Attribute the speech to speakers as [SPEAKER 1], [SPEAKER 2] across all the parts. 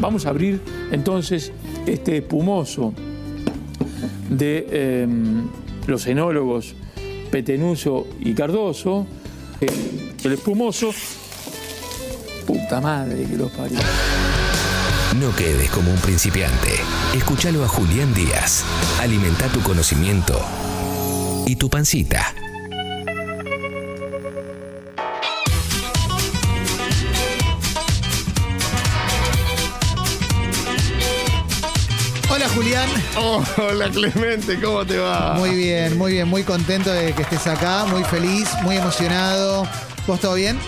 [SPEAKER 1] Vamos a abrir entonces este espumoso de eh, los enólogos Petenuso y Cardoso. Eh, El espumoso. Puta madre que los parió.
[SPEAKER 2] No quedes como un principiante. Escúchalo a Julián Díaz. Alimenta tu conocimiento y tu pancita.
[SPEAKER 3] Hola Julián,
[SPEAKER 4] Oh, hola Clemente, ¿cómo te va?
[SPEAKER 3] muy bien, muy bien, muy contento de que estés acá, muy feliz, muy emocionado. ¿Vos todo bien?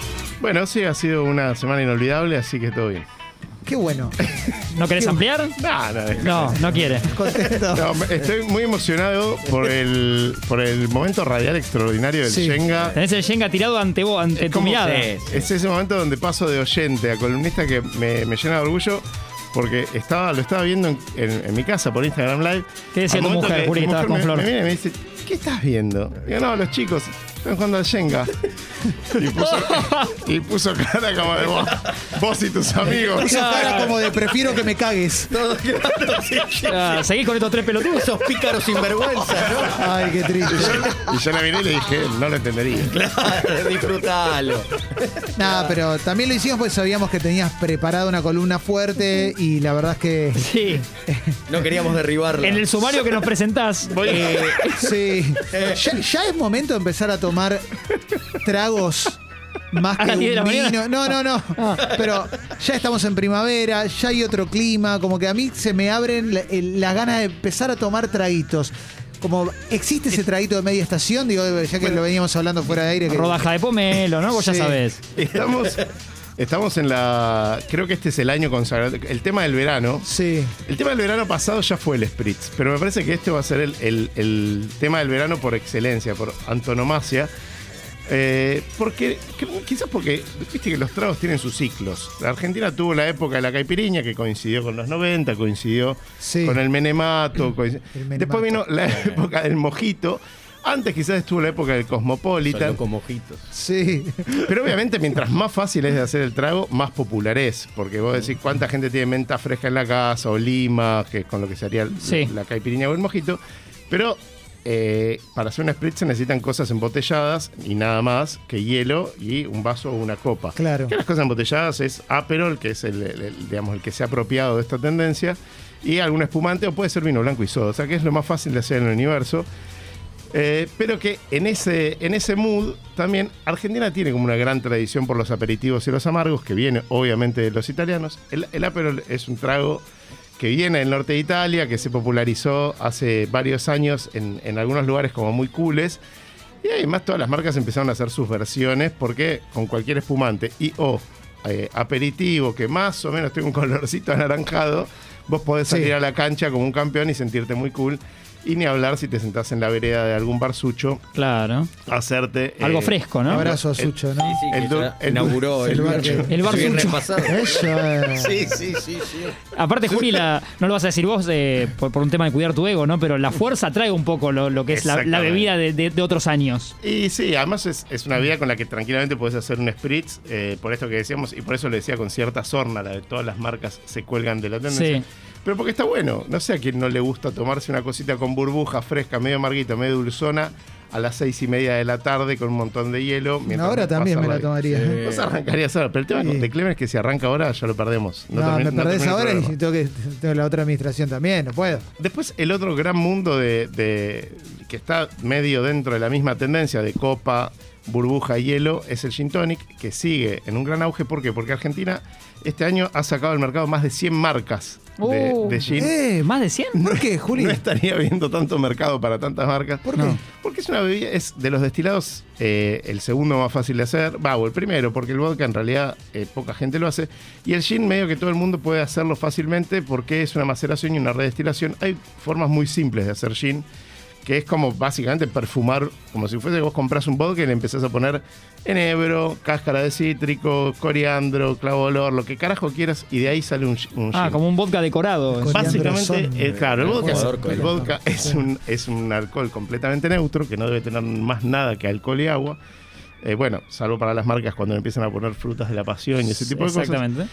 [SPEAKER 4] Bueno, sí, ha sido una semana inolvidable, así que todo bien.
[SPEAKER 3] Qué bueno,
[SPEAKER 5] ¿No querés ampliar?
[SPEAKER 4] Nah, nah, eh.
[SPEAKER 5] No, no quiere.
[SPEAKER 3] contento.
[SPEAKER 4] No, me- estoy muy emocionado por el, por el momento radial extraordinario del
[SPEAKER 3] Sí.
[SPEAKER 4] Shenga.
[SPEAKER 5] Tenés el Jenga tirado ante vos, ante tu
[SPEAKER 4] ¿Cómo?
[SPEAKER 5] mirada.
[SPEAKER 4] Es ese momento donde paso de oyente a columnista que me, me llena de orgullo. Porque estaba, lo estaba viendo en, en- en mi casa por Instagram Live.
[SPEAKER 5] ¿Qué decía
[SPEAKER 4] Al
[SPEAKER 5] tu
[SPEAKER 4] momento
[SPEAKER 5] mujer,
[SPEAKER 4] que
[SPEAKER 5] Juli,
[SPEAKER 4] mi
[SPEAKER 5] que estabas
[SPEAKER 4] mujer me-
[SPEAKER 5] con Flor?
[SPEAKER 4] Me, mira y me dice, ¿qué estás viendo? Digo, no, los chicos, están jugando al Shenga. Y puso, y puso cara como de vos, vos y tus amigos.
[SPEAKER 3] Hizo cara como de prefiero que me cagues.
[SPEAKER 5] Ah, seguís con estos tres pelotudos.
[SPEAKER 6] Esos pícaros sinvergüenza, ¿no?
[SPEAKER 3] Ay, qué triste.
[SPEAKER 4] Y yo la miré y le dije, no lo entendería.
[SPEAKER 6] Claro, disfrutalo.
[SPEAKER 3] Nada, pero también lo hicimos porque sabíamos que tenías preparada una columna fuerte y la verdad es que
[SPEAKER 5] Sí.
[SPEAKER 6] No queríamos derribarla.
[SPEAKER 5] En el sumario que nos presentás. eh,
[SPEAKER 3] sí. Ya, ya es momento de empezar a tomar tragos más
[SPEAKER 5] A
[SPEAKER 3] que
[SPEAKER 5] las
[SPEAKER 3] un
[SPEAKER 5] 10 de la mañana. Ah.
[SPEAKER 3] vino. No, no, no. Pero ya estamos en primavera, ya hay otro clima, como que a mí se me abren la- el- las ganas de empezar a tomar traguitos. Como existe ese traguito de media estación, digo, ya que lo veníamos hablando fuera de aire. que-
[SPEAKER 5] rodaja de pomelo, ¿no? Vos
[SPEAKER 3] Sí.
[SPEAKER 5] ya sabés.
[SPEAKER 4] Estamos, estamos en la. Creo que este es el año consagrado. El tema del verano.
[SPEAKER 3] Sí.
[SPEAKER 4] El tema del verano pasado ya fue el Spritz, pero me parece que este va a ser el, el- el tema del verano por excelencia, por antonomasia. Eh, porque, que- quizás porque, viste que los tragos tienen sus ciclos. La Argentina tuvo la época de la caipiriña, que coincidió con los 90, coincidió
[SPEAKER 3] Sí.
[SPEAKER 4] con el menemato. coinc-
[SPEAKER 3] El menemato.
[SPEAKER 4] Después vino la época del mojito. Antes quizás estuvo la época del cosmopolitan.
[SPEAKER 6] con mojitos.
[SPEAKER 3] Sí.
[SPEAKER 4] Pero obviamente, mientras más fácil es de hacer el trago, más popular es. Porque vos decís cuánta gente tiene menta fresca en la casa o lima, que es con lo que sería l-
[SPEAKER 5] Sí.
[SPEAKER 4] la caipirinha o el mojito. Pero eh, para hacer una spritz se necesitan cosas embotelladas y nada más que hielo y un vaso o una copa.
[SPEAKER 3] Claro.
[SPEAKER 4] Que las cosas embotelladas es Aperol, que es el, el- el, digamos, el que se ha apropiado de esta tendencia, y algún espumante o puede ser vino blanco y soda. O sea, que es lo más fácil de hacer en el universo. Eh, pero que en ese, en ese mood también Argentina tiene como una gran tradición por los aperitivos y los amargos, que viene obviamente de los italianos. El, el Aperol es un trago que viene del norte de Italia, que se popularizó hace varios años en, en algunos lugares como muy cooles. Y además todas las marcas empezaron a hacer sus versiones porque con cualquier espumante y o eh, aperitivo que más o menos tenga un colorcito anaranjado, vos podés
[SPEAKER 3] Sí.
[SPEAKER 4] salir a la cancha como un campeón y sentirte muy cool. Y ni hablar si te sentás en la vereda de algún barsucho,
[SPEAKER 5] Claro.
[SPEAKER 4] hacerte... eh,
[SPEAKER 5] Algo fresco, ¿no? Eh.
[SPEAKER 3] Abrazo a Sucho, ¿no?
[SPEAKER 6] Sí,
[SPEAKER 4] El
[SPEAKER 6] el
[SPEAKER 4] du- el
[SPEAKER 6] inauguró
[SPEAKER 4] du-
[SPEAKER 6] el,
[SPEAKER 4] el ¿Eh?
[SPEAKER 6] bar.
[SPEAKER 3] bar-
[SPEAKER 5] el bar
[SPEAKER 6] Sí,
[SPEAKER 5] sucho.
[SPEAKER 6] repasado.
[SPEAKER 3] Eso es.
[SPEAKER 6] Sí, sí, sí, sí.
[SPEAKER 5] Aparte, Juli, la- no lo vas a decir vos eh, por, por un tema de cuidar tu ego, ¿no? Pero la fuerza trae un poco lo, lo que es la, la
[SPEAKER 4] Exactamente.
[SPEAKER 5] bebida de, de- de otros años.
[SPEAKER 4] Y sí, además es, es una vida con la que tranquilamente podés hacer un spritz, eh, por esto que decíamos, y por eso lo decía con cierta sorna, la de todas las marcas se cuelgan de la tendencia.
[SPEAKER 5] Sí.
[SPEAKER 4] Pero porque está bueno, no sé a quién no le gusta tomarse una cosita con burbuja fresca, medio amarguita, medio dulzona, a las seis y media de la tarde con un montón de hielo. mientras
[SPEAKER 3] Ahora
[SPEAKER 4] pasa
[SPEAKER 3] también me la
[SPEAKER 4] vida.
[SPEAKER 3] tomaría. ¿eh?
[SPEAKER 4] Vos arrancarías ahora, pero el tema
[SPEAKER 3] Sí.
[SPEAKER 4] con de Clemen es que si arranca ahora ya lo perdemos.
[SPEAKER 3] No,
[SPEAKER 4] termi-
[SPEAKER 3] me perdés
[SPEAKER 4] termina el
[SPEAKER 3] ahora
[SPEAKER 4] programa.
[SPEAKER 3] y tengo, que, tengo la otra administración también, no puedo.
[SPEAKER 4] Después, el otro gran mundo de, de- que está medio dentro de la misma tendencia de copa, burbuja y hielo es el gin tonic, que sigue en un gran auge. ¿Por qué? Porque Argentina este año ha sacado al mercado más de 100 marcas de,
[SPEAKER 5] Oh.
[SPEAKER 4] de gin.
[SPEAKER 3] Eh,
[SPEAKER 5] ¿Más de 100?
[SPEAKER 3] ¿Por qué, Juli?
[SPEAKER 4] No estaría viendo tanto mercado para tantas marcas.
[SPEAKER 3] ¿Por qué?
[SPEAKER 5] No.
[SPEAKER 4] Porque es una bebida, es de los destilados eh, el segundo más fácil de hacer, va, o el primero, porque el vodka en realidad eh, poca gente lo hace. Y el gin medio que todo el mundo puede hacerlo fácilmente porque es una maceración y una redestilación. Hay formas muy simples de hacer gin, que es como básicamente perfumar, como si fuese que vos compras un vodka y le empezás a poner enebro, cáscara de cítrico, coriandro, clavo de olor, lo que carajo quieras, y de ahí sale un, gi- un
[SPEAKER 5] Ah,
[SPEAKER 4] gin.
[SPEAKER 5] como un vodka decorado.
[SPEAKER 3] Con-
[SPEAKER 4] Básicamente,
[SPEAKER 3] Leandro
[SPEAKER 4] eh, claro, el vodka,
[SPEAKER 6] jugador
[SPEAKER 4] el
[SPEAKER 6] con-
[SPEAKER 4] vodka es, un, es un alcohol completamente neutro que no debe tener más nada que alcohol y agua. Eh, bueno, salvo para las marcas cuando le empiezan a poner frutas de la pasión y ese tipo de cosas.
[SPEAKER 5] Exactamente.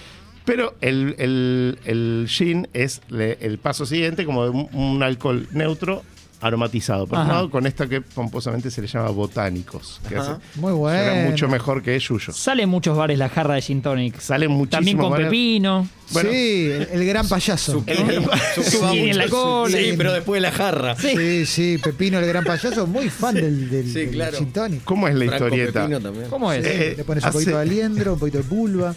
[SPEAKER 4] Pero el, el, el gin es le- el paso siguiente, como de un, un alcohol neutro aromatizado, perfumado, con esta que pomposamente se le llama botánicos. Que
[SPEAKER 6] Ajá.
[SPEAKER 4] hace-
[SPEAKER 3] Muy
[SPEAKER 4] suena
[SPEAKER 3] bueno.
[SPEAKER 4] mucho mejor que yuyo.
[SPEAKER 5] Sale en muchos bares la jarra de gin tonic.
[SPEAKER 4] Salen muchísimos
[SPEAKER 5] También con
[SPEAKER 4] bares-
[SPEAKER 5] pepino.
[SPEAKER 4] Bueno,
[SPEAKER 3] sí, el, el gran payaso.
[SPEAKER 6] El- el-
[SPEAKER 5] Sí, en la cola.
[SPEAKER 6] Sí, pero después de la jarra.
[SPEAKER 3] Sí, sí, Pepino el gran payaso, muy fan del, del,
[SPEAKER 6] sí,
[SPEAKER 3] del
[SPEAKER 6] claro.
[SPEAKER 3] gin tonic.
[SPEAKER 4] ¿Cómo es la
[SPEAKER 6] Franco
[SPEAKER 4] historieta?
[SPEAKER 6] Pepino también.
[SPEAKER 5] ¿Cómo es?
[SPEAKER 4] Eh,
[SPEAKER 3] Le pones un
[SPEAKER 4] hace-
[SPEAKER 3] poquito de aliendro, un poquito de pulva.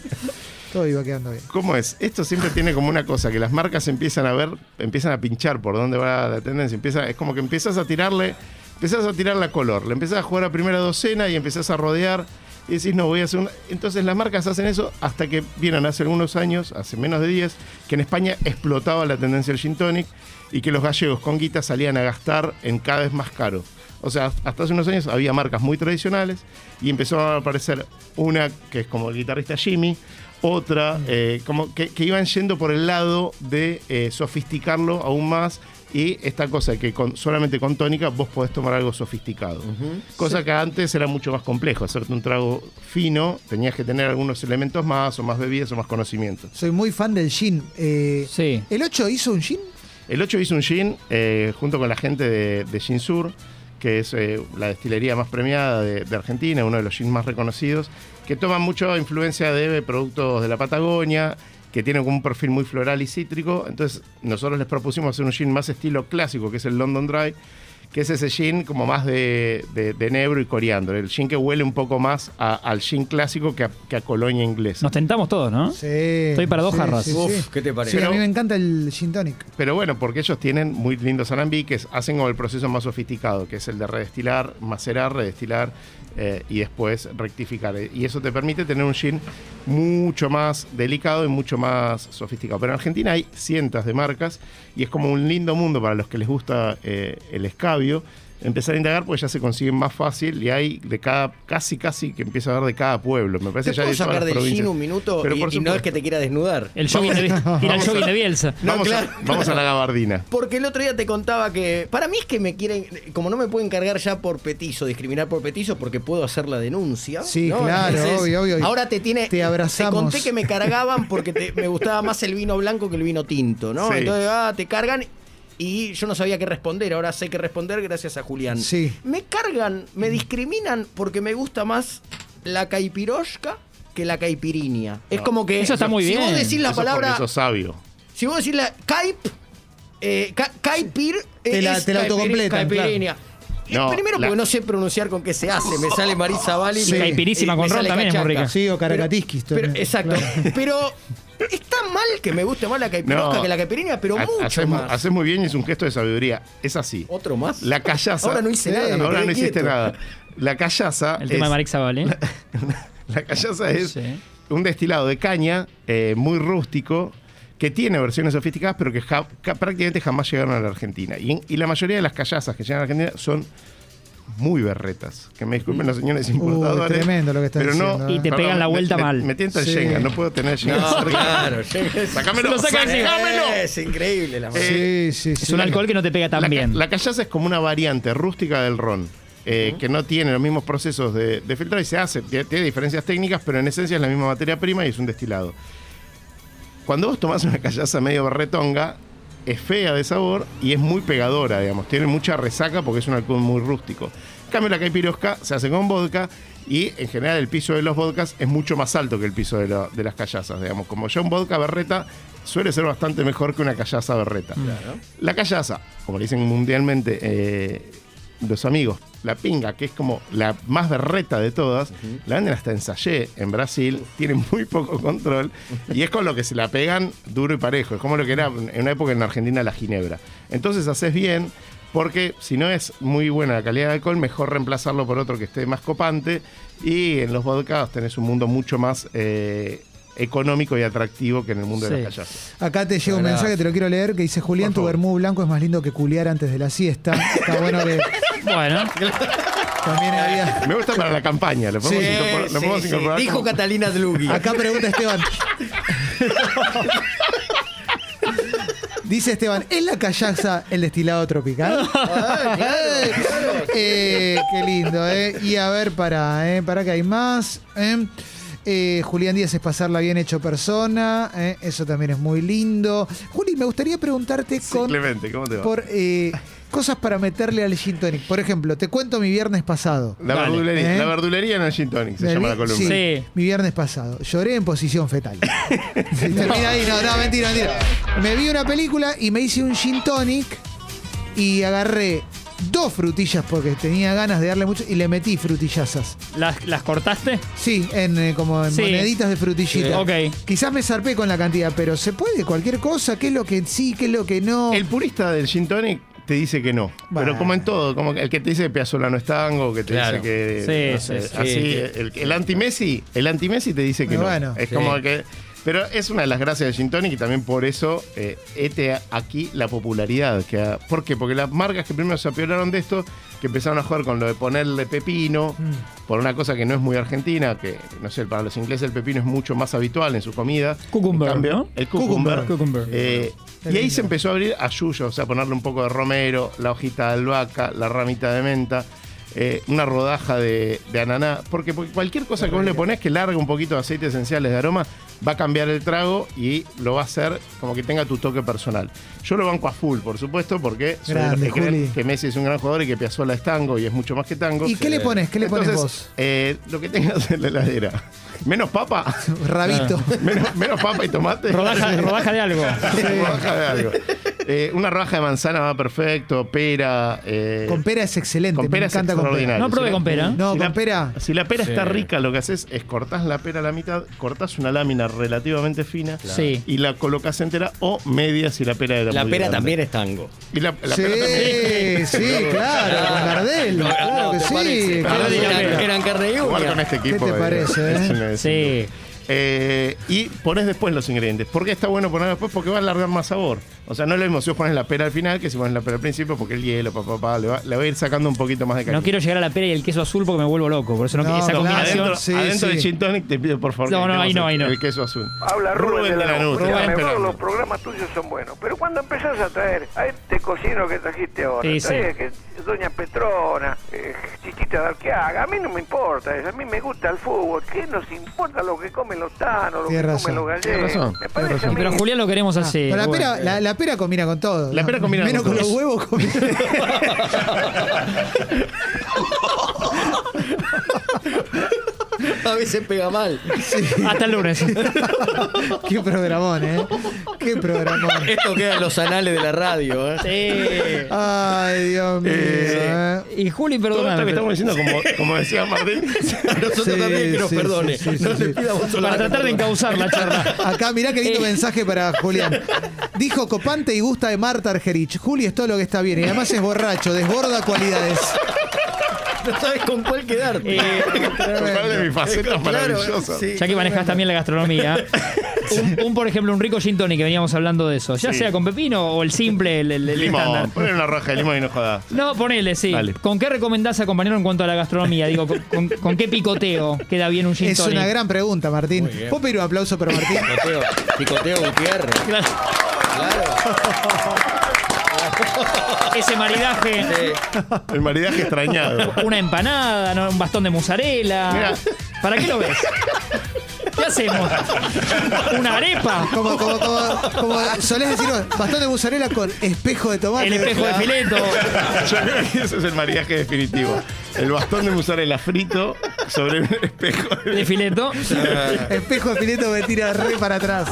[SPEAKER 3] Todo iba quedando bien.
[SPEAKER 4] ¿Cómo es? Esto siempre tiene como una cosa, que las marcas empiezan a ver, empiezan a pinchar por dónde va la tendencia. Empieza, es como que empiezas a tirarle, empezás a tirar la color, le empezás a jugar a primera docena y empezás a rodear y decís, no, voy a hacer un... Entonces las marcas hacen eso hasta que vieron hace algunos años, hace menos de 10, que en España explotaba la tendencia del gin tonic y que los gallegos con guita salían a gastar en cada vez más caro. O sea, hasta hace unos años había marcas muy tradicionales y empezó a aparecer una que es como el guitarrista Jimmy, otra eh, como que, que iban yendo por el lado de eh, sofisticarlo aún más y esta cosa de que con, solamente con tónica vos podés tomar algo sofisticado. Cosa que antes era mucho más complejo, hacerte un trago fino, tenías que tener algunos elementos más o más bebidas o más conocimientos.
[SPEAKER 3] Soy muy fan del gin. Eh,
[SPEAKER 5] Sí.
[SPEAKER 3] ¿El 8 hizo un gin?
[SPEAKER 4] El 8 hizo un gin eh, junto con la gente de, de Gin Sur, que es eh, la destilería más premiada de, de Argentina, uno de los gins más reconocidos, que toma mucha influencia de productos de la Patagonia, que tienen como un perfil muy floral y cítrico. Entonces, nosotros les propusimos hacer un gin más estilo clásico, que es el London Dry, que es ese gin como más de, de, de enebro y coriandro, el gin que huele un poco más a- al gin clásico que a, que a colonia inglesa.
[SPEAKER 5] Nos tentamos todos, ¿no?
[SPEAKER 3] Sí.
[SPEAKER 5] Estoy para dos
[SPEAKER 3] sí,
[SPEAKER 5] jarras.
[SPEAKER 3] sí, sí.
[SPEAKER 6] Uf, ¿qué te
[SPEAKER 3] Sí,
[SPEAKER 6] parece?
[SPEAKER 3] a mí me encanta el gin tonic.
[SPEAKER 4] Pero bueno, porque ellos tienen muy lindos alambiques, hacen como el proceso más sofisticado, que es el de redestilar, macerar, redestilar eh, y después rectificar. Y eso te permite tener un gin mucho más delicado y mucho más sofisticado. Pero en Argentina hay cientos de marcas y es como un lindo mundo para los que les gusta eh, el escabio. Empezar a indagar porque ya se consiguen más fácil y hay de cada, casi casi que empieza a haber de cada pueblo. Me parece
[SPEAKER 6] ¿Te
[SPEAKER 4] ya
[SPEAKER 6] puedo
[SPEAKER 4] de todas
[SPEAKER 6] sacar
[SPEAKER 4] las
[SPEAKER 6] del
[SPEAKER 4] provincias.
[SPEAKER 6] gin un minuto
[SPEAKER 4] Pero
[SPEAKER 6] y,
[SPEAKER 4] por
[SPEAKER 6] y no es
[SPEAKER 4] supuesto.
[SPEAKER 6] que te quiera desnudar?
[SPEAKER 5] El jogging de, ir al
[SPEAKER 4] vamos a-
[SPEAKER 5] jogging de Bielsa.
[SPEAKER 6] No,
[SPEAKER 4] vamos,
[SPEAKER 6] claro.
[SPEAKER 4] a, vamos a la gabardina.
[SPEAKER 6] Porque el otro día te contaba que para mí es que me quieren, como no me pueden cargar ya por petizo, discriminar por petizo, porque puedo hacer la denuncia.
[SPEAKER 3] Sí,
[SPEAKER 6] ¿no?
[SPEAKER 3] claro, obvio, obvio.
[SPEAKER 6] Ahora te tiene,
[SPEAKER 3] Te abrazamos.
[SPEAKER 6] Te conté que me cargaban porque te- me gustaba más el vino blanco que el vino tinto, ¿no?
[SPEAKER 4] Sí.
[SPEAKER 6] Entonces, ah, te cargan y yo no sabía qué responder. Ahora sé qué responder gracias a Julián.
[SPEAKER 3] Sí.
[SPEAKER 6] Me cargan, me discriminan porque me gusta más la caipirosca que la caipirinha. Es como que
[SPEAKER 5] Eso está muy
[SPEAKER 6] si vos
[SPEAKER 5] bien.
[SPEAKER 6] decís la
[SPEAKER 4] Eso porque
[SPEAKER 6] palabra
[SPEAKER 4] sos sabio.
[SPEAKER 6] si vos decís la Caip, eh, ca- Caipir,
[SPEAKER 3] Te la-
[SPEAKER 6] es
[SPEAKER 3] te la
[SPEAKER 6] caipiri-
[SPEAKER 3] autocompletan,
[SPEAKER 6] caipirinha. Y
[SPEAKER 4] No,
[SPEAKER 6] primero
[SPEAKER 4] la-
[SPEAKER 6] porque no sé pronunciar con qué se hace, me sale Marisa Bali.
[SPEAKER 3] Sí.
[SPEAKER 5] Caipirísima con ron también es muy rica.
[SPEAKER 3] Sí, o Caracatiskis
[SPEAKER 6] Pero,
[SPEAKER 3] también,
[SPEAKER 6] exacto.
[SPEAKER 3] claro.
[SPEAKER 6] Pero está mal que me guste más la caipirosca
[SPEAKER 4] No.
[SPEAKER 6] que la caipirinha, pero
[SPEAKER 4] Ha-
[SPEAKER 6] mucho
[SPEAKER 4] haces, mu-
[SPEAKER 6] más.
[SPEAKER 4] haces muy bien y es un gesto de sabiduría. Es así.
[SPEAKER 6] ¿Otro más?
[SPEAKER 4] La callaza.
[SPEAKER 6] Ahora no hice
[SPEAKER 4] Sí,
[SPEAKER 6] nada, me
[SPEAKER 4] Ahora
[SPEAKER 6] quedé
[SPEAKER 4] no hiciste
[SPEAKER 6] quieto.
[SPEAKER 4] nada. La callaza.
[SPEAKER 5] El tema
[SPEAKER 4] es-
[SPEAKER 5] de ¿eh? Marix Zabalé.
[SPEAKER 4] La callaza es
[SPEAKER 5] Sí.
[SPEAKER 4] un destilado de caña eh, muy rústico que tiene versiones sofisticadas, pero que ja- ca- prácticamente jamás llegaron a la Argentina. Y, y la mayoría de las callazas que llegan a la Argentina son muy berretas. Que me disculpen los señores
[SPEAKER 6] Uh,
[SPEAKER 4] importadores.
[SPEAKER 3] tremendo lo que estás
[SPEAKER 4] pero no-
[SPEAKER 3] diciendo, ¿eh?
[SPEAKER 5] Y te pegan la
[SPEAKER 4] me-
[SPEAKER 5] vuelta
[SPEAKER 4] me-
[SPEAKER 5] mal.
[SPEAKER 4] Me, tienta el
[SPEAKER 3] Sí.
[SPEAKER 4] Schengen, no puedo tener Schengen.
[SPEAKER 6] No,
[SPEAKER 4] cerca.
[SPEAKER 6] claro.
[SPEAKER 4] Sacámelo,
[SPEAKER 5] Lo saca
[SPEAKER 4] sacámelo.
[SPEAKER 6] Es increíble la
[SPEAKER 4] Eh,
[SPEAKER 3] Sí, sí, sí.
[SPEAKER 5] Es un alcohol que no te pega tan
[SPEAKER 4] la, ca-
[SPEAKER 5] bien.
[SPEAKER 4] La callaza es como una variante rústica del ron, eh, que no tiene los mismos procesos de, de filtrar y se hace, tiene, tiene diferencias técnicas, pero en esencia es la misma materia prima y es un destilado. Cuando vos tomás una callaza medio barretonga, es fea de sabor y es muy pegadora, digamos. Tiene mucha resaca porque es un alcohol muy rústico. En cambio, la caipirosca se hace con vodka y en general el piso de los vodkas es mucho más alto que el piso de, la- de las callazas, digamos. Como ya un vodka berreta suele ser bastante mejor que una callaza berreta. La callaza, como le dicen mundialmente eh, los amigos, la pinga, que es como la más berreta de todas, la venden hasta en Sayé, en Brasil, tienen muy poco control y es con lo que se la pegan duro y parejo. Es como lo que era en una época en Argentina la ginebra. Entonces haces bien. Porque si no es muy buena la calidad de alcohol, mejor reemplazarlo por otro que esté más copante. Y en los vodkas tenés un mundo mucho más eh, económico y atractivo que en el mundo de
[SPEAKER 5] Sí.
[SPEAKER 4] las callazas.
[SPEAKER 3] Acá te llega un mensaje, te lo quiero leer, que dice Julián,
[SPEAKER 4] Por
[SPEAKER 3] tu
[SPEAKER 4] favor.
[SPEAKER 3] vermú blanco es más lindo que culiar antes de la siesta. Está bueno que
[SPEAKER 5] Bueno,
[SPEAKER 3] también había...
[SPEAKER 4] Me gusta para la campaña, lo podemos
[SPEAKER 6] Sí,
[SPEAKER 4] incorporar. lo
[SPEAKER 6] sí,
[SPEAKER 4] podemos
[SPEAKER 6] sí.
[SPEAKER 4] incorporar
[SPEAKER 6] Dijo
[SPEAKER 4] como-
[SPEAKER 6] Catalina Dlugi.
[SPEAKER 3] Acá pregunta Esteban. Dice Esteban, ¿es la callaza el destilado tropical? Eh, qué lindo, ¿eh? Y a ver, para, ¿eh? Para que hay más. ¿eh? Eh, Julián Díaz es pasarla bien hecho persona. eh, eso también es muy lindo. Juli, me gustaría preguntarte
[SPEAKER 4] Sí,
[SPEAKER 3] con,
[SPEAKER 4] Clemente, ¿cómo te va?
[SPEAKER 3] por eh, cosas para meterle al gin tonic. Por ejemplo, te cuento mi viernes pasado.
[SPEAKER 4] la,
[SPEAKER 5] Dale.
[SPEAKER 4] verdulería,
[SPEAKER 3] ¿Eh?
[SPEAKER 4] la verdulería en el Gin Tonic se
[SPEAKER 3] Del
[SPEAKER 4] llama
[SPEAKER 3] vi-
[SPEAKER 4] la columna.
[SPEAKER 5] Sí.
[SPEAKER 3] Mi viernes pasado. Lloré en posición fetal. Sí, termina ahí. No, no, mentira, mentira. Me vi una película y me hice un gin tonic y agarré dos frutillas porque tenía ganas de darle mucho y le metí frutillazas.
[SPEAKER 5] ¿Las, las cortaste?
[SPEAKER 3] Sí, en, eh, como en
[SPEAKER 5] Sí.
[SPEAKER 3] moneditas de frutillita.
[SPEAKER 5] Sí. Ok.
[SPEAKER 3] Quizás me zarpé con la cantidad, pero se puede cualquier cosa. ¿Qué es lo que sí, qué es lo que no?
[SPEAKER 4] El purista del Gin Tonic te dice que no.
[SPEAKER 3] Bueno.
[SPEAKER 4] Pero como en todo, como el que te dice que Piazzolla no es tango, que te
[SPEAKER 6] Claro.
[SPEAKER 4] dice que.
[SPEAKER 5] Sí,
[SPEAKER 4] no sé,
[SPEAKER 5] sí, sí.
[SPEAKER 4] así,
[SPEAKER 6] Sí.
[SPEAKER 4] el, el anti-Messi, el anti-Messi te dice que
[SPEAKER 3] Bueno,
[SPEAKER 4] no. Es
[SPEAKER 6] sí.
[SPEAKER 4] como que. Pero es una de las gracias del Gin Tonic y también por eso eh, este aquí la popularidad. Que ha- ¿Por qué? Porque las marcas que primero se apiolaron de esto, que empezaron a jugar con lo de ponerle pepino, por una cosa que no es muy argentina, que no sé, para los ingleses el pepino es mucho más habitual en su comida.
[SPEAKER 5] Cucumber,
[SPEAKER 4] En cambio,
[SPEAKER 5] ¿no?
[SPEAKER 4] El cucumber.
[SPEAKER 5] Cucumber.
[SPEAKER 4] Eh, y ahí se empezó a abrir a yuyo, o sea, ponerle un poco de romero, la hojita de albahaca, la ramita de menta, eh, una rodaja de, de ananá, porque, porque cualquier cosa que vos le ponés que larga un poquito de aceites esenciales de aroma, va a cambiar el trago y lo va a hacer como que tenga tu toque personal. Yo lo banco a full, por supuesto, porque soy de los
[SPEAKER 3] Grande,
[SPEAKER 4] que creen
[SPEAKER 3] Juli.
[SPEAKER 4] que Messi es un gran jugador y que Piazzolla es tango y es mucho más que tango.
[SPEAKER 3] ¿Y qué le pones? ¿Qué le pones
[SPEAKER 4] Entonces,
[SPEAKER 3] vos?
[SPEAKER 4] eh, lo que tengas en la heladera. Menos papa.
[SPEAKER 3] Rabito.
[SPEAKER 5] Ah.
[SPEAKER 4] Menos, menos papa y tomate.
[SPEAKER 5] Rodaja, rodaja de algo.
[SPEAKER 4] Rodaja de algo. Eh, una rodaja de manzana va perfecto, pera. eh,
[SPEAKER 3] Con pera es excelente.
[SPEAKER 4] con pera
[SPEAKER 3] me
[SPEAKER 4] es
[SPEAKER 3] encanta con pera.
[SPEAKER 4] extraordinario.
[SPEAKER 5] No probé
[SPEAKER 4] Si la-
[SPEAKER 5] con pera.
[SPEAKER 3] No,
[SPEAKER 4] si
[SPEAKER 3] con
[SPEAKER 4] la-
[SPEAKER 3] pera.
[SPEAKER 4] Si la pera está rica, lo que haces es cortás la pera a la mitad, cortás una lámina relativamente fina
[SPEAKER 5] Sí.
[SPEAKER 4] y la colocas entera o media si la pera era
[SPEAKER 6] La
[SPEAKER 4] muy
[SPEAKER 6] pera
[SPEAKER 4] grande.
[SPEAKER 6] también es tango.
[SPEAKER 4] Y la, la
[SPEAKER 3] sí,
[SPEAKER 4] pera también.
[SPEAKER 3] sí, claro, con Gardel, claro que
[SPEAKER 6] Ah, ¿te
[SPEAKER 3] sí.
[SPEAKER 6] parece? Ah,
[SPEAKER 4] Claro,
[SPEAKER 5] sí,
[SPEAKER 6] Eran-
[SPEAKER 5] claro.
[SPEAKER 6] Eran carne y
[SPEAKER 4] Jugar
[SPEAKER 6] uña.
[SPEAKER 4] con este equipo.
[SPEAKER 3] te
[SPEAKER 4] eh,
[SPEAKER 3] parece, eh?
[SPEAKER 4] es una- es
[SPEAKER 5] Sí.
[SPEAKER 4] Eh, y pones después los ingredientes. ¿Por qué está bueno poner después? Porque va a alargar más sabor. O sea, no es lo mismo si vos pones la pera al final que si pones la pera al principio, porque el hielo, papá, le, va, le va a ir sacando un poquito más de cariño.
[SPEAKER 5] No quiero llegar a la pera y el queso azul porque me vuelvo loco. Por eso no,
[SPEAKER 3] No,
[SPEAKER 5] esa
[SPEAKER 3] no,
[SPEAKER 5] combinación.
[SPEAKER 4] Adentro,
[SPEAKER 3] Sí,
[SPEAKER 4] adentro
[SPEAKER 3] sí.
[SPEAKER 4] del gin tonic te pido por favor.
[SPEAKER 5] No,
[SPEAKER 4] que
[SPEAKER 5] no,
[SPEAKER 4] metamos
[SPEAKER 5] ahí no,
[SPEAKER 4] el-
[SPEAKER 5] ahí no.
[SPEAKER 4] El queso azul.
[SPEAKER 7] Habla Rubén, de la
[SPEAKER 4] Lanús,
[SPEAKER 7] Rubén,
[SPEAKER 4] Fernando.
[SPEAKER 7] todos los programas tuyos son buenos. Pero cuando empezás a traer a este cocino que trajiste ahora,
[SPEAKER 5] Sí, sí.
[SPEAKER 7] traes que Doña Petrona, eh, Chiquita de Arqueaga, a mí no me importa eso, a mí me gusta el fútbol. ¿Qué nos importa lo que comen los tanos, lo que
[SPEAKER 3] Tienes
[SPEAKER 7] comen
[SPEAKER 3] razón,
[SPEAKER 7] los gallegos?
[SPEAKER 4] tienes razón,
[SPEAKER 7] me
[SPEAKER 4] tienes
[SPEAKER 7] parece
[SPEAKER 4] razón.
[SPEAKER 7] a mí-
[SPEAKER 5] Pero Julián lo queremos
[SPEAKER 3] Ah,
[SPEAKER 5] así.
[SPEAKER 3] pero la,
[SPEAKER 5] Bueno. eh.
[SPEAKER 3] pera, la, la pera combina con todo.
[SPEAKER 4] La
[SPEAKER 3] ¿no?
[SPEAKER 4] pera combina
[SPEAKER 3] Menos
[SPEAKER 4] con
[SPEAKER 3] con los
[SPEAKER 4] todo.
[SPEAKER 3] huevos combina.
[SPEAKER 6] A veces pega mal.
[SPEAKER 5] Hasta el lunes.
[SPEAKER 3] Qué programón, ¿eh? Qué programón.
[SPEAKER 6] Esto queda en los anales de la radio. ¿eh?
[SPEAKER 5] Sí.
[SPEAKER 3] Ay, Dios mío. ¿eh?
[SPEAKER 5] Y Juli,
[SPEAKER 4] Todo esto
[SPEAKER 5] perdóname.
[SPEAKER 4] que
[SPEAKER 5] pero-
[SPEAKER 4] estamos diciendo, como, como decía Martín,
[SPEAKER 6] A nosotros
[SPEAKER 3] Sí,
[SPEAKER 6] también que nos
[SPEAKER 3] sí,
[SPEAKER 6] perdone.
[SPEAKER 3] sí, sí,
[SPEAKER 6] no
[SPEAKER 3] sí,
[SPEAKER 6] le
[SPEAKER 3] sí.
[SPEAKER 6] pidamos solo
[SPEAKER 5] Para
[SPEAKER 6] la
[SPEAKER 5] tratar de
[SPEAKER 6] perdona.
[SPEAKER 5] encauzar la charla.
[SPEAKER 3] Acá, mirá qué lindo
[SPEAKER 5] Eh.
[SPEAKER 3] mensaje para Julián. Dijo copante y gusta de Marta Argerich. Juli es todo lo que está bien. Y además es borracho, desborda cualidades.
[SPEAKER 6] No sabes con cuál quedarte.
[SPEAKER 5] Eh,
[SPEAKER 4] ¿cuál de mis facetas
[SPEAKER 6] Claro,
[SPEAKER 4] maravillosas?
[SPEAKER 6] sí.
[SPEAKER 5] Ya que manejas también la gastronomía. Un, un, por ejemplo, un rico gin tonic que veníamos hablando de eso. Ya sea con pepino o el simple, el, el- el
[SPEAKER 4] Limón,
[SPEAKER 5] estándar.
[SPEAKER 4] poner una roja de limón y no jodas.
[SPEAKER 5] No, ponele, sí.
[SPEAKER 4] Dale.
[SPEAKER 5] ¿Con qué recomendás acompañarlo en cuanto a la gastronomía? Digo, ¿con, con- con qué picoteo queda bien un gin
[SPEAKER 3] Es
[SPEAKER 5] tonic?
[SPEAKER 3] una gran pregunta, Martín. ¿Puedo pedir un aplauso para Martín?
[SPEAKER 6] Picoteo, picoteo Gutiérrez.
[SPEAKER 5] Claro.
[SPEAKER 6] Claro.
[SPEAKER 5] Ese maridaje,
[SPEAKER 6] Sí.
[SPEAKER 4] El maridaje extrañado.
[SPEAKER 5] una empanada, ¿no? un bastón de mozzarella.
[SPEAKER 4] Mirá.
[SPEAKER 5] ¿Para qué lo ves? ¿Qué hacemos? ¿Una arepa?
[SPEAKER 3] Como, como, como, como solés decir, bastón de mozzarella con espejo de tomate.
[SPEAKER 5] El espejo de fileto.
[SPEAKER 4] Yo creo que ese es el maridaje definitivo. El bastón de mozzarella frito sobre un espejo.
[SPEAKER 5] De fileto.
[SPEAKER 3] Espejo de fileto me tira re para atrás.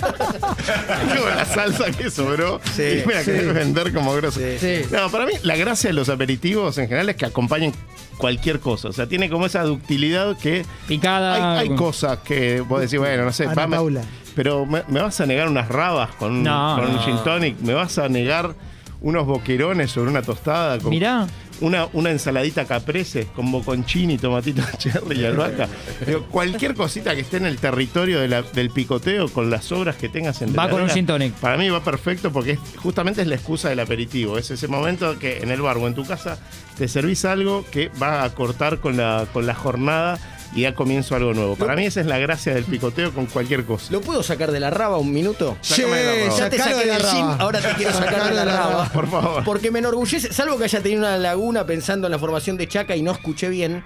[SPEAKER 4] Como la salsa que sobró.
[SPEAKER 6] Sí,
[SPEAKER 4] y me la querés vender como grosso.
[SPEAKER 5] sí.
[SPEAKER 4] No, para mí, la gracia de los aperitivos en general es que acompañen cualquier cosa. O sea, tiene como esa ductilidad que.
[SPEAKER 5] Picada.
[SPEAKER 4] Hay, hay cosas que vos decís, bueno, no sé,
[SPEAKER 3] Ana
[SPEAKER 4] va, me-
[SPEAKER 3] Paula.
[SPEAKER 4] pero me, me vas a negar unas rabas con, un-
[SPEAKER 5] No,
[SPEAKER 4] con un
[SPEAKER 5] no.
[SPEAKER 4] gin tonic, me vas a negar unos boquerones sobre una tostada con
[SPEAKER 5] Mirá.
[SPEAKER 4] Una, una ensaladita caprese con boconchini, tomatito cherry y albahaca. Digo, cualquier cosita que esté en el territorio de la- del picoteo con las obras que tengas en
[SPEAKER 5] Va
[SPEAKER 4] la
[SPEAKER 5] con un
[SPEAKER 4] nalga,
[SPEAKER 5] gin tonic.
[SPEAKER 4] Para mí va perfecto porque es- justamente es la excusa del aperitivo. Es ese momento que en el bar o en tu casa te servís algo que va a cortar con la, con la jornada y da comienzo a algo nuevo. Para mí esa es la gracia del picoteo con cualquier cosa.
[SPEAKER 6] ¿Lo puedo sacar de la raba un minuto?
[SPEAKER 4] Sácame de
[SPEAKER 3] Che,
[SPEAKER 4] la raba.
[SPEAKER 6] Ya te
[SPEAKER 3] sacalo
[SPEAKER 6] saqué
[SPEAKER 3] de la
[SPEAKER 6] del gym,
[SPEAKER 3] raba.
[SPEAKER 6] ahora te quiero sacar
[SPEAKER 3] Sacalo
[SPEAKER 6] de la raba.
[SPEAKER 4] Por favor.
[SPEAKER 6] Porque me enorgullece, salvo que haya tenido una laguna pensando en la formación de Chaca y no escuché bien.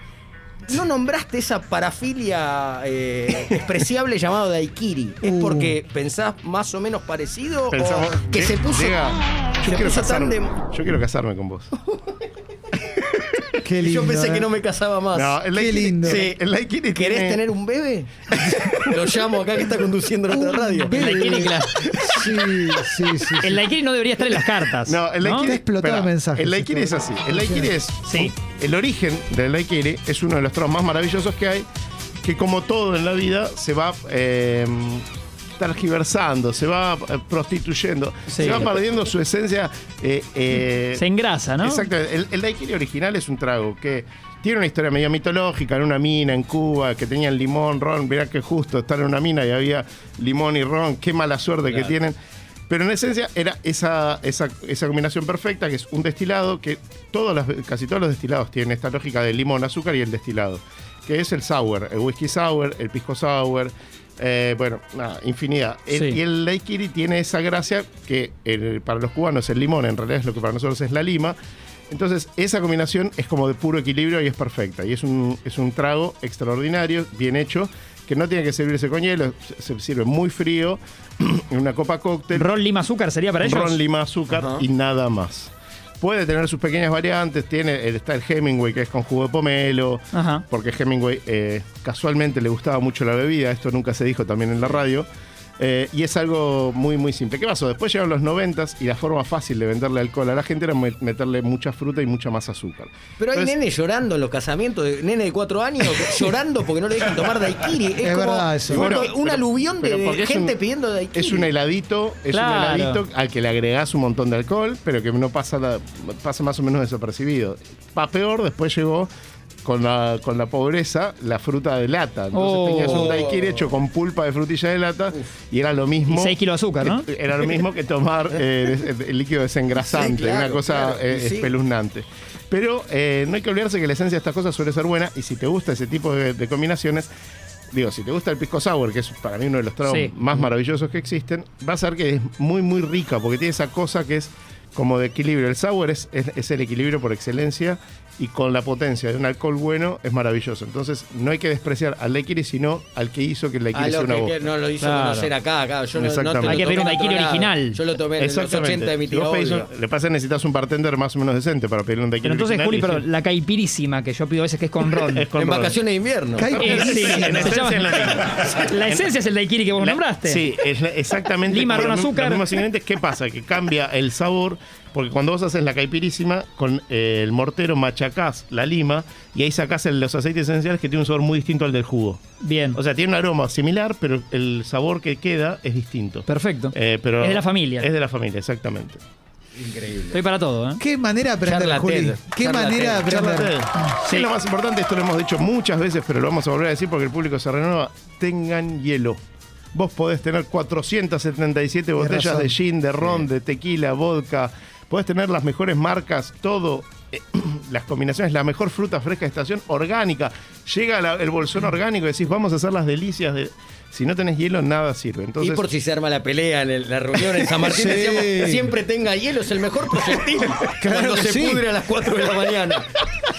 [SPEAKER 6] no nombraste esa parafilia eh, despreciable llamada Daikiri. ¿Es porque pensás más o menos parecido
[SPEAKER 4] Pensamos-
[SPEAKER 6] o Oh, que
[SPEAKER 4] Die-
[SPEAKER 6] se puso,
[SPEAKER 4] Diego,
[SPEAKER 6] se
[SPEAKER 4] yo, quiero
[SPEAKER 6] puso tan
[SPEAKER 4] casarme,
[SPEAKER 6] de...
[SPEAKER 4] yo quiero casarme con vos.
[SPEAKER 3] Qué
[SPEAKER 6] Y
[SPEAKER 3] lindo.
[SPEAKER 6] yo pensé
[SPEAKER 3] ¿eh?
[SPEAKER 6] que no me casaba más.
[SPEAKER 4] No, el
[SPEAKER 3] Qué
[SPEAKER 4] Laikiri-
[SPEAKER 3] lindo.
[SPEAKER 4] Sí, el Laikiri
[SPEAKER 6] ¿Querés
[SPEAKER 4] tiene-
[SPEAKER 6] tener un bebé? Lo llamo acá que está conduciendo nuestra radio.
[SPEAKER 5] El Laikiri, claro.
[SPEAKER 3] Sí, sí, sí.
[SPEAKER 5] El Laikiri no debería estar en las cartas.
[SPEAKER 4] No, el Laikiri.
[SPEAKER 3] Te explotó
[SPEAKER 4] espera,
[SPEAKER 3] el mensaje,
[SPEAKER 4] El Laikiri es
[SPEAKER 3] Cristóbal.
[SPEAKER 4] así. El Laikiri es.
[SPEAKER 5] Sí.
[SPEAKER 4] El origen del Laikiri es uno de los trozos más maravillosos que hay, que como todo en la vida se va. eh, tergiversando, se va eh, prostituyendo,
[SPEAKER 5] Sí.
[SPEAKER 4] se va perdiendo su esencia. eh, eh,
[SPEAKER 5] Se engrasa, ¿no?
[SPEAKER 4] Exacto. El, el daiquiri original es un trago que tiene una historia medio mitológica en una mina en Cuba que tenían limón, ron. Mirá que justo estar en una mina y había limón y ron. Qué mala suerte que tienen. Pero en esencia era esa, esa, esa combinación perfecta que es un destilado que todas las- casi todos los destilados tienen esta lógica de limón, azúcar y el destilado. Que es el sour, el whisky sour, el pisco sour. eh, bueno, nada, infinidad. El-
[SPEAKER 5] Sí.
[SPEAKER 4] Y el el daiquiri tiene esa gracia que el- para los cubanos el limón en realidad es lo que para nosotros es la lima. Entonces, esa combinación es como de puro equilibrio y es perfecta. Y es un, es un trago extraordinario, bien hecho, que no tiene que servirse con hielo, se, se sirve muy frío, en una copa cóctel,
[SPEAKER 5] Ron lima azúcar sería para ellos.
[SPEAKER 4] ron, lima, azúcar y nada más. Puede tener sus pequeñas variantes, tiene, el- está el Hemingway que es con jugo de pomelo,
[SPEAKER 5] Ajá.
[SPEAKER 4] porque Hemingway eh, casualmente le gustaba mucho la bebida, esto nunca se dijo también en la radio, eh, y es algo muy, muy simple. ¿Qué pasó? Después llegaron los 90 y la forma fácil de venderle alcohol a la gente era met- meterle mucha fruta y mucha más azúcar.
[SPEAKER 6] Pero hay
[SPEAKER 4] Entonces,
[SPEAKER 6] nene llorando en los casamientos, de- nene de cuatro años llorando porque no le dejan tomar daiquiri. Es,
[SPEAKER 3] Es
[SPEAKER 6] como
[SPEAKER 3] verdad eso.
[SPEAKER 6] un-
[SPEAKER 4] bueno,
[SPEAKER 6] un
[SPEAKER 4] pero-
[SPEAKER 6] aluvión de-
[SPEAKER 4] pero porque
[SPEAKER 6] de
[SPEAKER 4] es un-
[SPEAKER 6] gente pidiendo daiquiri.
[SPEAKER 4] Es un heladito, es
[SPEAKER 5] Claro.
[SPEAKER 4] un heladito al que le agregás un montón de alcohol, pero que no pasa, la- pasa más o menos desapercibido. Pa' peor, después llegó con la, con la pobreza la fruta de lata. Entonces
[SPEAKER 5] Oh.
[SPEAKER 4] tenías un daiquiri hecho con pulpa de frutilla de lata y era lo mismo.
[SPEAKER 5] Y seis kilos de azúcar, ¿no?
[SPEAKER 4] que- Era lo mismo que tomar eh, des- el líquido desengrasante,
[SPEAKER 6] Sí, claro,
[SPEAKER 4] una cosa
[SPEAKER 6] claro,
[SPEAKER 4] eh,
[SPEAKER 6] sí.
[SPEAKER 4] espeluznante. Pero eh, no hay que olvidarse que la esencia de estas cosas suele ser buena y si te gusta ese tipo de- de combinaciones, Digo, si te gusta el pisco sour, que es para mí uno de los tragos
[SPEAKER 5] Sí.
[SPEAKER 4] más maravillosos que existen, vas a ver que es muy, muy rica, porque tiene esa cosa que es como de equilibrio. El sour es, es- es el equilibrio por excelencia y con la potencia de un alcohol bueno es maravilloso. Entonces, no hay que despreciar al daiquiri, sino al que hizo que el
[SPEAKER 6] A
[SPEAKER 4] daiquiri sea
[SPEAKER 6] lo
[SPEAKER 4] una
[SPEAKER 6] que, que
[SPEAKER 4] boca.
[SPEAKER 6] no lo hizo
[SPEAKER 5] Claro.
[SPEAKER 6] conocer acá, acá. Yo no, no te lo
[SPEAKER 4] Exactamente. Hay
[SPEAKER 5] que pedir un
[SPEAKER 6] tomé en otro
[SPEAKER 5] daiquiri
[SPEAKER 6] lado.
[SPEAKER 5] original.
[SPEAKER 6] Yo lo tomé en los 80 de mi
[SPEAKER 4] Si
[SPEAKER 6] tío.
[SPEAKER 4] vos pedís un-
[SPEAKER 6] Olga.
[SPEAKER 4] le pasa que necesitas un bartender más o menos decente para pedir un daiquiri.
[SPEAKER 5] Pero entonces,
[SPEAKER 4] original
[SPEAKER 5] Juli,
[SPEAKER 4] y-
[SPEAKER 5] pero la caipirísima que yo pido a veces que es con ron.
[SPEAKER 4] es con
[SPEAKER 6] En
[SPEAKER 4] ron.
[SPEAKER 6] vacaciones de invierno.
[SPEAKER 3] Caipi-
[SPEAKER 5] Eh, sí,
[SPEAKER 4] En
[SPEAKER 5] se
[SPEAKER 4] esencia
[SPEAKER 5] llama-
[SPEAKER 4] es lo mismo.
[SPEAKER 5] La esencia es el daiquiri que vos
[SPEAKER 4] La-
[SPEAKER 5] nombraste.
[SPEAKER 4] Sí, es la- exactamente.
[SPEAKER 5] Lima,
[SPEAKER 4] con
[SPEAKER 5] ron,
[SPEAKER 4] los mi-
[SPEAKER 5] azúcar.
[SPEAKER 4] Los mismos ingredientes, ¿qué pasa? Que cambia el sabor, porque cuando vos haces la caipirísima, con eh, el mortero machacás la lima y ahí sacás el- los aceites esenciales que tiene un sabor muy distinto al del jugo.
[SPEAKER 5] Bien.
[SPEAKER 4] O sea, tiene un aroma similar, pero el sabor que queda es distinto.
[SPEAKER 5] Perfecto.
[SPEAKER 4] Eh, pero
[SPEAKER 5] Es de la familia.
[SPEAKER 4] Es de la familia, exactamente.
[SPEAKER 5] Estoy para todo, ¿eh?
[SPEAKER 3] Qué manera de aprender,
[SPEAKER 6] Charla
[SPEAKER 3] Juli.
[SPEAKER 6] TED,
[SPEAKER 3] Qué
[SPEAKER 6] charla
[SPEAKER 3] manera de
[SPEAKER 6] TED,
[SPEAKER 3] aprender.
[SPEAKER 4] Sí, Eh, lo más importante, esto lo hemos dicho muchas veces, pero lo vamos a volver a decir porque el público se renueva. Tengan hielo. Vos podés tener 477 botellas
[SPEAKER 3] razón.
[SPEAKER 4] de gin, de ron, de tequila, vodka. Podés tener las mejores marcas, todo. eh, Las combinaciones, la mejor fruta fresca de estación orgánica. Llega la- el bolsón orgánico y decís, vamos a hacer las delicias de. Si no tenés hielo, nada sirve. Entonces,
[SPEAKER 6] y por si se arma la pelea en el- la reunión en San Martín,
[SPEAKER 3] Sí.
[SPEAKER 6] decíamos, siempre tenga hielo, es el mejor proyectil. cuando
[SPEAKER 3] que
[SPEAKER 6] se
[SPEAKER 3] sí.
[SPEAKER 6] pudre a las 4 de la mañana.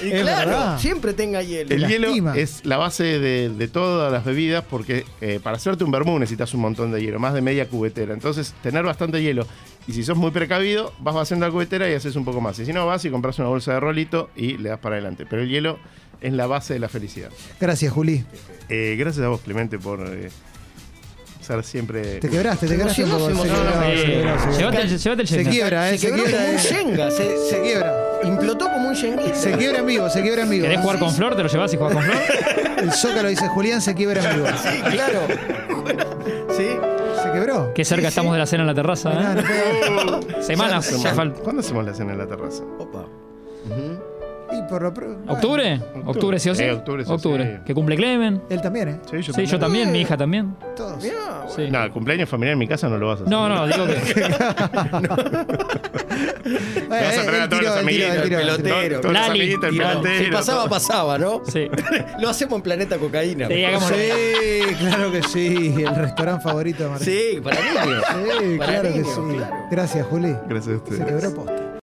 [SPEAKER 6] Y
[SPEAKER 3] Es
[SPEAKER 6] claro,
[SPEAKER 3] verdad.
[SPEAKER 6] siempre tenga hielo.
[SPEAKER 4] El hielo
[SPEAKER 3] Lastima.
[SPEAKER 4] es la base de, de todas las bebidas porque eh, para hacerte un vermú necesitas un montón de hielo, más de media cubetera. Entonces, tener bastante hielo. Y si sos muy precavido, vas vaciando la cubetera y haces un poco más. Y si no, vas y compras una bolsa de rolito y le das para adelante. Pero el hielo es la base de la felicidad.
[SPEAKER 3] Gracias, Juli.
[SPEAKER 4] Eh, gracias a vos, Clemente, por eh, ser siempre...
[SPEAKER 3] Te quebraste, te
[SPEAKER 6] Se
[SPEAKER 3] quebraste un poco.
[SPEAKER 6] emocionó,
[SPEAKER 3] Se
[SPEAKER 6] se emocionó.
[SPEAKER 3] quebró, se
[SPEAKER 5] Eh,
[SPEAKER 3] quebró, se quebró.
[SPEAKER 5] Llévate el- llévate el
[SPEAKER 3] Se
[SPEAKER 5] Jenga.
[SPEAKER 3] quiebra, eh.
[SPEAKER 6] se
[SPEAKER 3] Se
[SPEAKER 6] quebró como
[SPEAKER 3] quiebra.
[SPEAKER 6] un
[SPEAKER 3] eh.
[SPEAKER 6] yenga, se, se-
[SPEAKER 3] Se quiebra.
[SPEAKER 6] implotó como un yenguito.
[SPEAKER 3] Se quiebra en vivo, se quiebra en vivo.
[SPEAKER 5] ¿Querés jugar con Flor? ¿Te lo llevas y jugás con Flor?
[SPEAKER 3] El Zócalo dice Julián se quiebra en vivo.
[SPEAKER 6] Sí, claro. sí.
[SPEAKER 3] Se quebró.
[SPEAKER 5] Qué cerca estamos de la cena en la
[SPEAKER 3] Mirá,
[SPEAKER 5] terraza,
[SPEAKER 3] no
[SPEAKER 5] ¿eh?
[SPEAKER 6] ¿Ah?
[SPEAKER 3] puedo-
[SPEAKER 5] Semanas.
[SPEAKER 4] ¿Cuándo
[SPEAKER 5] ya
[SPEAKER 4] hacemos-
[SPEAKER 5] falta.
[SPEAKER 4] ¿Cuándo hacemos la cena en la terraza?
[SPEAKER 6] Opa.
[SPEAKER 3] Y por lo pro- bueno,
[SPEAKER 5] ¿Octubre? ¿Octubre sí o sí?
[SPEAKER 4] Eh, octubre sí o sí.
[SPEAKER 5] Que cumple Clemen.
[SPEAKER 3] Él también, ¿eh?
[SPEAKER 4] Sí, yo
[SPEAKER 5] Sí, yo también, mi hija también.
[SPEAKER 3] Todos. Eh,
[SPEAKER 5] Sí.
[SPEAKER 4] No, cumpleaños familiar en mi casa no lo vas a hacer.
[SPEAKER 5] No, no, digo que.
[SPEAKER 3] Eh,
[SPEAKER 4] Le vas a
[SPEAKER 3] eh,
[SPEAKER 4] traer a
[SPEAKER 3] él
[SPEAKER 4] todos
[SPEAKER 3] tiró, él tiró,
[SPEAKER 4] los
[SPEAKER 3] él
[SPEAKER 4] amiguitos,
[SPEAKER 3] tiró,
[SPEAKER 4] el
[SPEAKER 3] él tiró.
[SPEAKER 4] pelotero,
[SPEAKER 6] pelotero.
[SPEAKER 4] todos los
[SPEAKER 5] Lali,
[SPEAKER 4] amiguitos, el
[SPEAKER 5] tiró.
[SPEAKER 4] pelotero,
[SPEAKER 6] Si pasaba,
[SPEAKER 4] todo.
[SPEAKER 6] pasaba, ¿no?
[SPEAKER 5] Sí.
[SPEAKER 6] Lo hacemos en Planeta Cocaína.
[SPEAKER 5] Sí, hagamos-
[SPEAKER 3] Sí, claro que sí. El restaurante favorito de Martín.
[SPEAKER 6] Sí, para mí.
[SPEAKER 3] Sí,
[SPEAKER 6] Para
[SPEAKER 3] Eh, claro que
[SPEAKER 6] niños,
[SPEAKER 3] sí.
[SPEAKER 6] claro.
[SPEAKER 3] Gracias, Juli.
[SPEAKER 4] Gracias a
[SPEAKER 3] Se
[SPEAKER 4] ustedes.
[SPEAKER 3] quebró posta.